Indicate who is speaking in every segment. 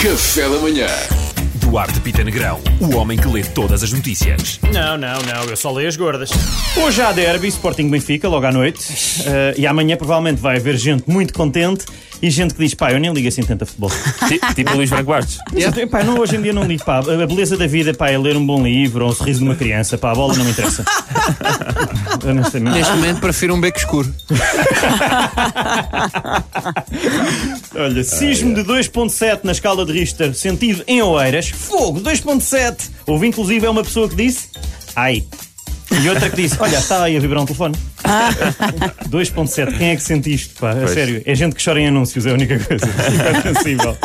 Speaker 1: Café da manhã.
Speaker 2: Duarte Pita Negrão, o homem que lê todas as notícias.
Speaker 3: Não, não, não, eu só leio as gordas. Hoje há derby, Sporting Benfica, logo à noite. Eh, e amanhã provavelmente vai haver gente muito contente e gente que diz, pá, eu nem ligo assim tanto a futebol.
Speaker 2: Tipo Luís Branco Bastos.
Speaker 3: Eu, Pá, não, hoje em dia não ligo, pá. A beleza da vida, pá, é ler um bom livro ou o sorriso de uma criança, pá, a bola não me interessa. Honestamente.
Speaker 4: Neste momento prefiro um beco escuro.
Speaker 3: Olha, sismo de 2.7 na escala de Richter, sentido em Oeiras. Fogo, 2.7. Houve inclusive é uma pessoa que disse, ai. E outra que disse, olha, está aí a vibrar um telefone. 2.7, quem é que sente isto? Pá? A sério, é gente que chora em anúncios, é a única coisa. Incompreensível.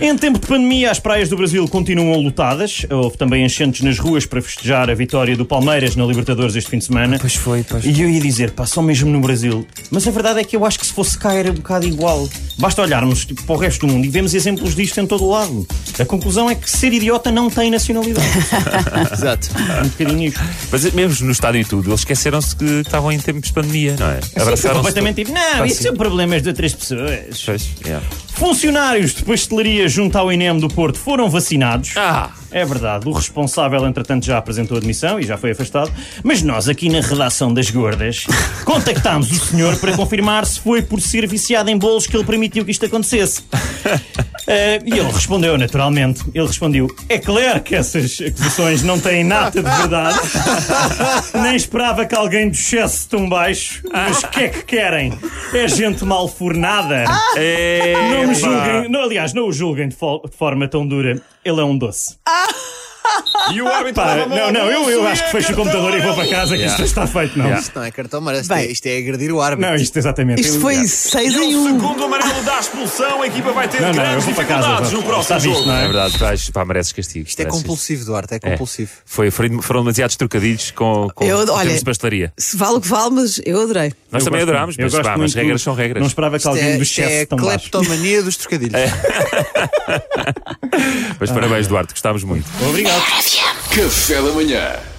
Speaker 3: em tempo de pandemia, as praias do Brasil continuam lotadas. Houve também enchentes nas ruas para festejar a vitória do Palmeiras na Libertadores este fim de semana.
Speaker 4: Pois foi, pois
Speaker 3: E eu ia dizer, pá, só mesmo no Brasil. Mas a verdade é que eu acho que se fosse cá era um bocado igual. Basta olharmos tipo, para o resto do mundo e vemos exemplos disto em todo o lado. A conclusão é que ser idiota não tem nacionalidade.
Speaker 4: Exato.
Speaker 3: Um bocadinho isto.
Speaker 2: Mas mesmo no estádio e tudo, eles esqueceram-se que estavam em tempos de pandemia, não é?
Speaker 3: Foi
Speaker 2: Abraçaram-se.
Speaker 3: completamente tipo, não,
Speaker 2: Pá,
Speaker 3: isso
Speaker 2: sim.
Speaker 3: são problemas de outras pessoas.
Speaker 2: Pois, yeah.
Speaker 3: Funcionários de pastelaria junto ao INEM do Porto foram vacinados.
Speaker 2: Ah!
Speaker 3: É verdade, o responsável, entretanto, já apresentou admissão e já foi afastado. Mas nós, aqui na redação das Gordas, contactámos o senhor para confirmar se foi por ser viciado em bolos que ele permitiu que isto acontecesse. Eh, e ele respondeu, naturalmente. Ele respondeu: É claro que essas acusações não têm nada de verdade. Nem esperava que alguém descesse tão baixo. Mas o que é que querem? É gente mal fornada. Não
Speaker 2: Não
Speaker 3: me julguem, não, aliás, não o julguem de, fo- de forma tão dura. Ele é um doce.
Speaker 2: E o árbitro
Speaker 3: Pá, não, não, eu, eu acho que fecho o computador e vou para casa, que isto está feito, não.
Speaker 4: Isto não é cartão amarelo, isto, é, isto é agredir o árbitro.
Speaker 3: Não, isto exatamente.
Speaker 5: Isto foi 6 em 1.
Speaker 2: segundo amarelo da expulsão, a equipa vai ter
Speaker 3: Não, não, eu vou para casa. vá. Está visto, não
Speaker 2: É
Speaker 3: é?
Speaker 2: verdade, vais, pá, mereces castigo.
Speaker 4: Isto é
Speaker 2: mereces.
Speaker 4: compulsivo, Duarte, é
Speaker 2: É.
Speaker 4: compulsivo.
Speaker 2: Foi, foi- foram demasiados trocadilhos com, com
Speaker 5: Eu-
Speaker 2: em termos
Speaker 5: olha-
Speaker 2: de pastelaria.
Speaker 5: Se vale o que vale, mas eu adorei.
Speaker 2: Nós
Speaker 3: Eu
Speaker 2: também
Speaker 3: gosto-
Speaker 2: adorámos,
Speaker 3: eu
Speaker 2: mas,
Speaker 3: gosto
Speaker 2: pá, mas
Speaker 3: muito-
Speaker 2: regras são regras.
Speaker 3: Não esperava que
Speaker 4: Isto
Speaker 3: alguém
Speaker 4: é,
Speaker 3: do
Speaker 4: isto é
Speaker 3: chefe
Speaker 4: a
Speaker 3: tão baixo.
Speaker 4: cleptomania dos trocadilhos.
Speaker 3: Ah.
Speaker 2: Mas parabéns, Duarte, gostámos muito.
Speaker 3: Obrigado.
Speaker 1: Café da manhã.